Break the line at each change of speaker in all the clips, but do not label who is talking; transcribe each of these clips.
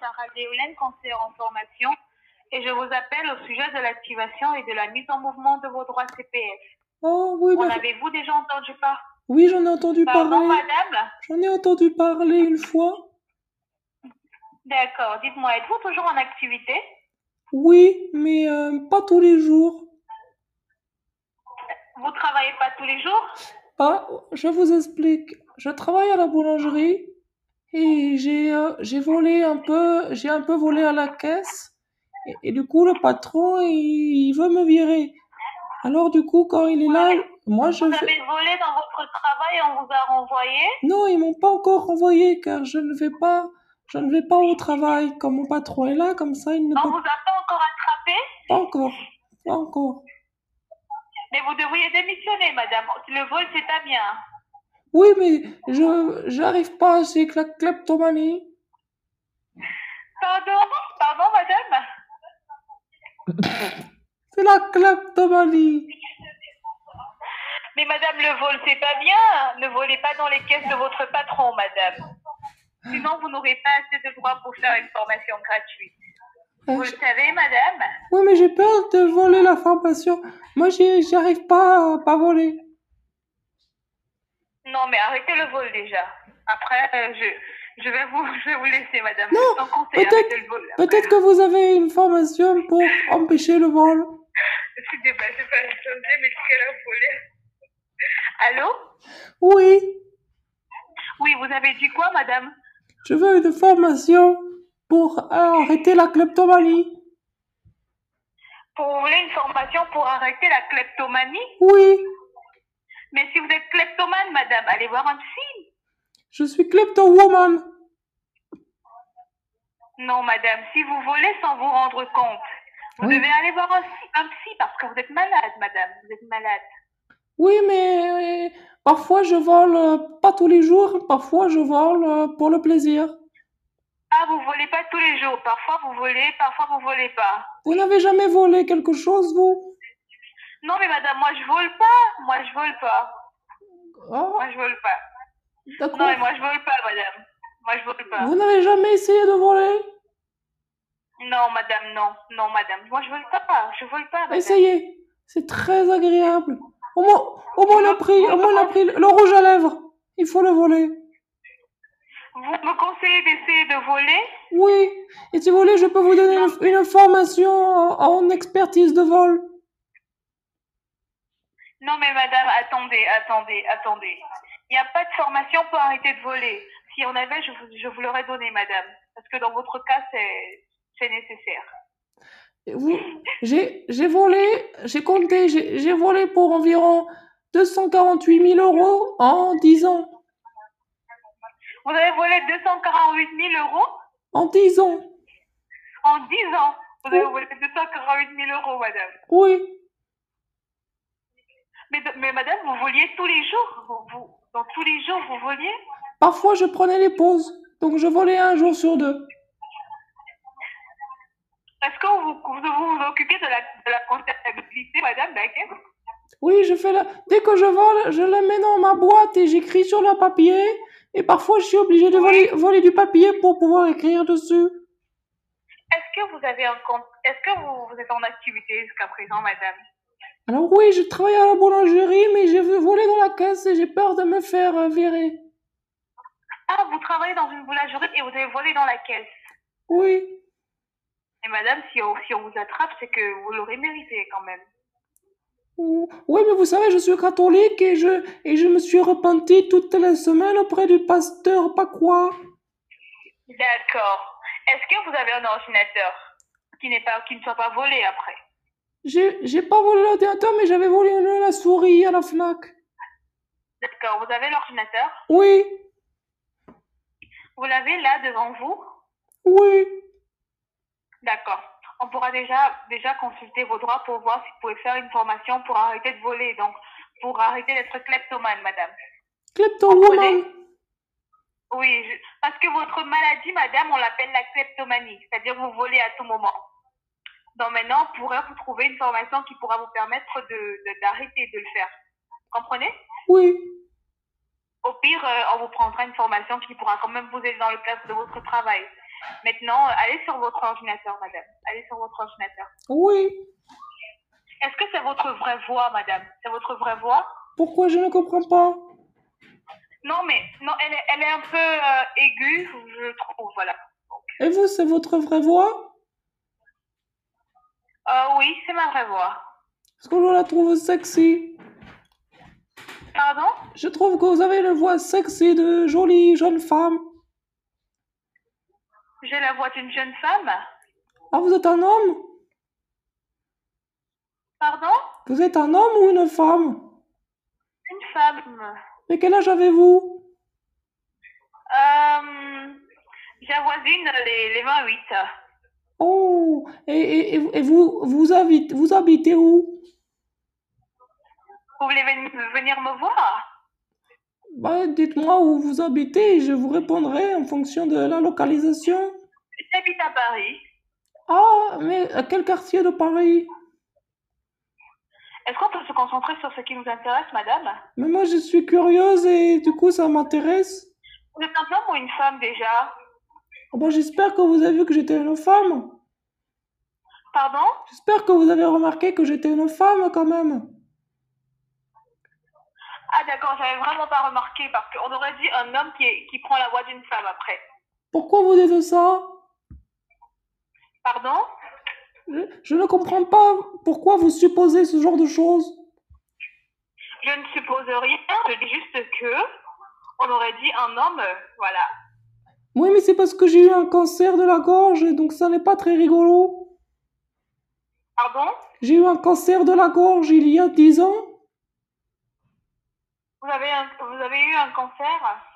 Sarah Léolène, conseillère en formation, et je vous appelle au sujet de l'activation et de la mise en mouvement de vos droits CPF.
Oh oui,
En
bah,
avez-vous déjà entendu parler
oui, j'en ai entendu
Pardon,
parler.
madame
J'en ai entendu parler une fois.
D'accord, dites-moi, êtes-vous toujours en activité
Oui, mais euh, pas tous les jours.
Vous travaillez pas tous les jours
Pas. Je vous explique. Je travaille à la boulangerie et j'ai euh, j'ai volé un peu. J'ai un peu volé à la caisse et, et du coup le patron il, il veut me virer. Alors du coup quand il est là, moi je
Vous
fais.
avez volé dans votre travail et on vous a renvoyé
Non, ils m'ont pas encore renvoyé car je ne vais pas, je ne vais pas au travail. Comme mon patron est là, comme ça, il ne
On
peut
vous a pas encore attrapé
pas encore, pas encore.
Mais vous devriez démissionner, madame. Le vol, c'est pas bien.
Oui, mais je, j'arrive pas, c'est que la kleptomanie.
Pardon Pardon, madame
C'est la kleptomanie.
Mais madame, le vol, c'est pas bien. Ne volez pas dans les caisses de votre patron, madame. Sinon, vous n'aurez pas assez de droits pour faire une formation gratuite.
Euh,
Vous le
je-
savez, madame
Oui, mais j'ai peur de voler la formation. Moi, j'y, j'arrive pas à pas voler.
Non, mais arrêtez le vol déjà. Après, euh, je, je, vais vous, je vais vous laisser, madame. Je
Non,
vous en conseille,
peut-être-
arrêtez le vol.
Peut-être que vous avez une formation pour empêcher le vol.
Excusez, moi je vais pas changer, mais c'est qu'elle a volé. Allô
Oui,
Oui, vous avez dit quoi, madame
je veux une formation pour arrêter la kleptomanie.
Pour vous voulez une formation pour arrêter la kleptomanie
Oui,
Mais si vous êtes kleptomane, madame, allez voir un psy.
je suis kleptowoman.
Non, madame, si vous volez sans vous rendre compte, vous
Oui.
devez aller voir un psy, un psy parce que vous êtes malade, madame. Vous êtes malade.
Oui, mais euh, parfois je vole, euh, pas tous les jours, parfois je vole euh, pour le plaisir.
Ah, vous volez pas tous les jours. Parfois vous volez, parfois vous volez pas.
Vous n'avez jamais volé quelque chose, vous
Non, mais madame, moi je vole pas. Moi je vole pas.
Ah,
Moi je vole pas. Non,
d'accord.
mais moi je vole pas, madame. Moi je vole pas.
Vous n'avez jamais essayé de voler
Non, madame, non. Non, madame. Moi je vole pas. Je vole pas, madame.
Essayez, c'est très agréable. Au moins, au moins on a pris, au moins on a pris le rouge à lèvres. Il faut le voler.
Vous me conseillez d'essayer de voler
Oui, et si vous voulez, je peux vous donner une, une formation en, en expertise de vol.
Non, mais madame, attendez, attendez, attendez. Il n'y a pas de formation pour arrêter de voler. Si on avait, je vous, je vous l'aurais donné, madame. Parce que dans votre cas, c'est c'est nécessaire.
Vous- J'ai j'ai volé, j'ai compté, j'ai j'ai volé pour environ 248 000 euros en 10 ans.
Vous avez volé 248 000 euros
En 10 ans,
en 10 ans. Vous avez volé 248 000 euros, madame.
oui.
Mais, mais madame, vous voliez tous les jours vous, vous- Dans tous les jours, vous voliez
Parfois, je prenais les pauses, donc je volais un jour sur deux.
Est-ce que vous vous, vous, vous occupez de la, de la comptabilité, madame Baguette
Oui, je fais la... Dès que je vole, je le mets dans ma boîte et j'écris sur le papier. Et parfois, je suis obligée de voler, voler du papier pour pouvoir écrire dessus.
Est-ce que vous avez un compte Est-ce que vous, vous êtes en activité jusqu'à présent, madame
Alors oui, je travaille à la boulangerie, mais j'ai volé dans la caisse et j'ai peur de me faire euh, virer.
Ah, vous travaillez dans une boulangerie et vous avez volé dans la caisse.
Oui.
Et madame, si on, si on vous attrape, c'est que vous l'aurez mérité quand même.
Ou- Oui, mais vous savez, je suis catholique et je, et je me suis repenti toutes les semaines auprès du pasteur Pacroix.
D'accord. Est-ce que vous avez un ordinateur qui n'est pas, qui ne soit pas volé après
J'ai j'ai pas volé l'ordinateur, mais j'avais volé une- la souris à la FNAC.
D'accord. Vous avez l'ordinateur
Oui,
Vous l'avez là devant vous
oui,
D'accord. On pourra déjà, déjà consulter vos droits pour voir si vous pouvez faire une formation pour arrêter de voler. Donc, pour arrêter d'être kleptomane, madame.
kleptowoman.
Oui, je- parce que votre maladie, madame, on l'appelle la kleptomanie, c'est-à-dire vous volez à tout moment. Donc maintenant, on pourra vous trouver une formation qui pourra vous permettre de, de- d'arrêter de le faire. Vous comprenez
Oui,
Au pire, euh, on vous prendra une formation qui pourra quand même vous aider dans le cadre de votre travail. Maintenant, allez sur votre ordinateur, madame. Allez sur votre ordinateur.
Oui.
Est-ce que c'est votre vraie voix, madame C'est votre vraie voix
Pourquoi je ne comprends pas
Non, mais non, elle est, elle est un peu euh, aiguë, je trouve, voilà.
Et vous, c'est votre vraie voix
Euh, oui, c'est ma vraie voix.
Parce que je la trouve sexy.
Pardon
Je trouve que vous avez une voix sexy de jolie jeune femme.
J'ai la voix d'une jeune femme
Ah, vous êtes un homme
Pardon
Vous êtes un homme ou une femme
Une femme.
Mais quel âge avez-vous
Euh, J'avoisine les, les 28.
Oh, et, et- et- et vous, vous, habitez, vous habitez où
Vous voulez ven- venir me voir
Bah, Dites-moi où vous habitez et je vous répondrai en fonction de la localisation.
J'habite à Paris.
Ah, mais à quel quartier de Paris
Est-ce qu'on peut se concentrer sur ce qui nous intéresse, madame
Mais moi, je suis curieuse et du coup, ça m'intéresse.
Vous êtes un homme ou une femme déjà
Ah bah, J'espère que vous avez vu que j'étais une femme.
Pardon
J'espère que vous avez remarqué que j'étais une femme quand même.
Ah d'accord, j'avais vraiment pas remarqué parce qu'on aurait dit un homme qui, est- qui prend la voix d'une femme après.
Pourquoi vous dites ça
Pardon
je, je ne comprends pas pourquoi vous supposez ce genre de choses.
Je ne suppose rien, je dis juste que on aurait dit un homme, euh, voilà.
Oui, mais c'est parce que j'ai eu un cancer de la gorge, et donc ça n'est pas très rigolo.
Pardon
J'ai eu un cancer de la gorge il y a 10 ans.
vous avez, un- vous avez eu un cancer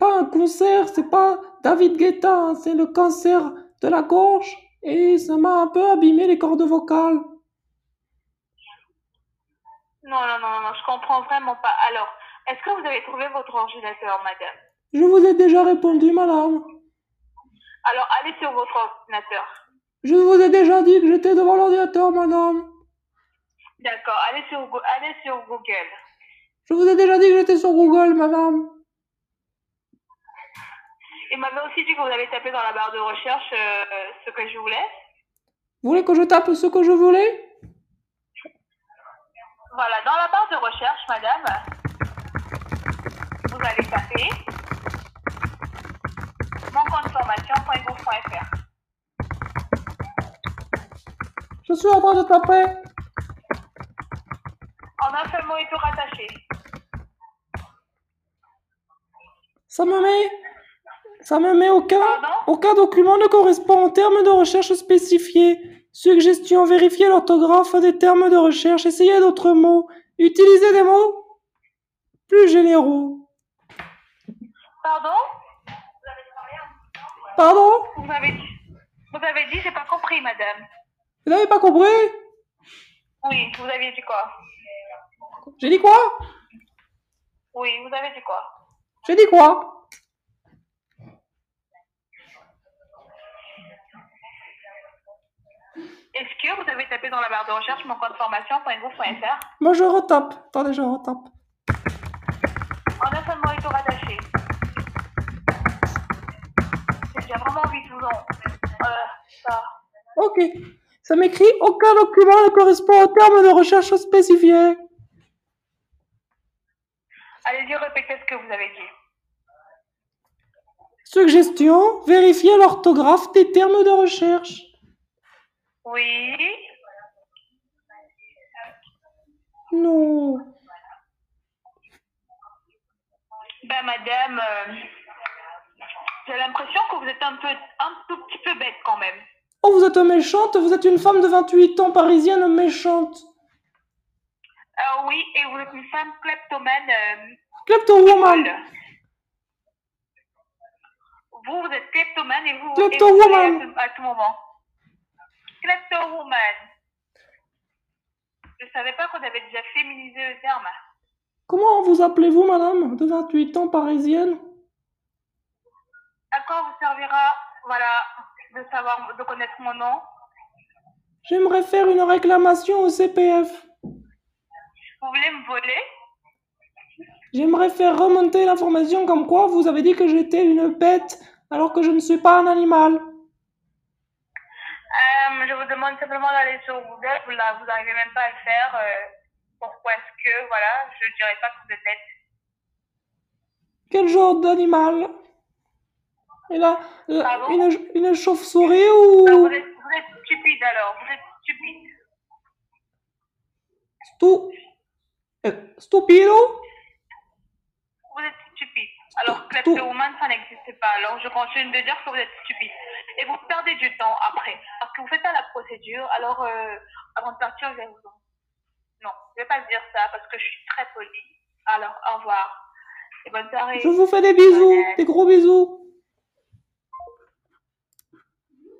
Pas un cancer, c'est pas David Guetta, hein, c'est le cancer de la gorge. Et ça m'a un peu abîmé les cordes vocales.
Non, non, non, non, non, je comprends vraiment pas. Alors, est-ce que vous avez trouvé votre ordinateur, madame
Je vous ai déjà répondu, madame.
Alors, allez sur votre ordinateur.
Je vous ai déjà dit que j'étais devant l'ordinateur, madame.
D'accord, allez sur, Go- allez sur Google.
Je vous ai déjà dit que j'étais sur Google, madame.
Et m'avait aussi dit que vous avez tapé dans la barre de recherche euh, euh, ce que je voulais.
Vous voulez que je tape ce que je voulais
Voilà, dans la barre de recherche, madame, vous allez taper mon compte formation.gouv.fr.
Je suis en train de taper.
En un seul mot et tout rattaché.
Ça me met. Ça me met aucun.
Pardon
Aucun document ne correspond aux termes de recherche spécifiés. Suggestion vérifiez l'orthographe des termes de recherche, essayez d'autres mots, utilisez des mots plus généraux.
Pardon
Pardon
Vous avez dit, vous avez dit, j'ai pas compris, madame.
Vous n'avez pas compris
Oui, vous aviez dit quoi
J'ai dit quoi
Oui, vous avez dit quoi
J'ai dit quoi
Est-ce que vous avez tapé dans la barre de recherche mon compte formation.gouv.fr
Moi je retape. Attendez, je retape.
en un seul mot et tout rattaché J'ai vraiment envie de vous en... Euh, ça.
Ok. Ça m'écrit aucun document ne correspond aux termes de recherche spécifiés.
Allez-y, répétez ce que vous avez dit.
Suggestion vérifiez l'orthographe des termes de recherche.
Oui.
Non.
Ben, madame, euh, j'ai l'impression que vous êtes un peu, un tout petit peu bête quand même.
Oh, vous êtes méchante, vous êtes une femme de 28 ans parisienne méchante.
Ah oui, et vous êtes une femme kleptomane. euh,
Kleptowoman.
folle. Vous, vous êtes kleptomane et vous... et vous
Kleptowoman.
voulez à, tout- à tout moment. Kleptowoman. Je savais pas qu'on avait déjà féminisé le terme.
Comment vous appelez-vous, madame, de 28 ans parisienne
À quoi vous servira, voilà, de savoir, de connaître mon nom
J'aimerais faire une réclamation au CPF.
Vous voulez me voler
J'aimerais faire remonter l'information comme quoi vous avez dit que j'étais une bête alors que je ne suis pas un animal.
Euh, je vous demande simplement d'aller sur Google, vous là, vous n'arrivez même pas à le faire. euh, pourquoi est-ce que, voilà, je ne dirais pas que vous êtes bête.
Quel genre d'animal Et là, là,
Pardon
une, une chauve-souris
Ah,
ou
Vous êtes, vous êtes stupide alors, vous êtes stupide.
stu- euh, stupido
Vous êtes stupide. Alors,
Tout-
kleptomane, ça n'existe pas. Alors, je continue de dire que vous êtes stupide. Et vous perdez du temps après. Parce que vous faites pas la procédure. Alors, euh, avant de partir, je vais vous Non, je vais pas dire ça parce que je suis très polie. Alors, au revoir. Et bonne soirée.
Je vous fais des bisous, des gros bisous.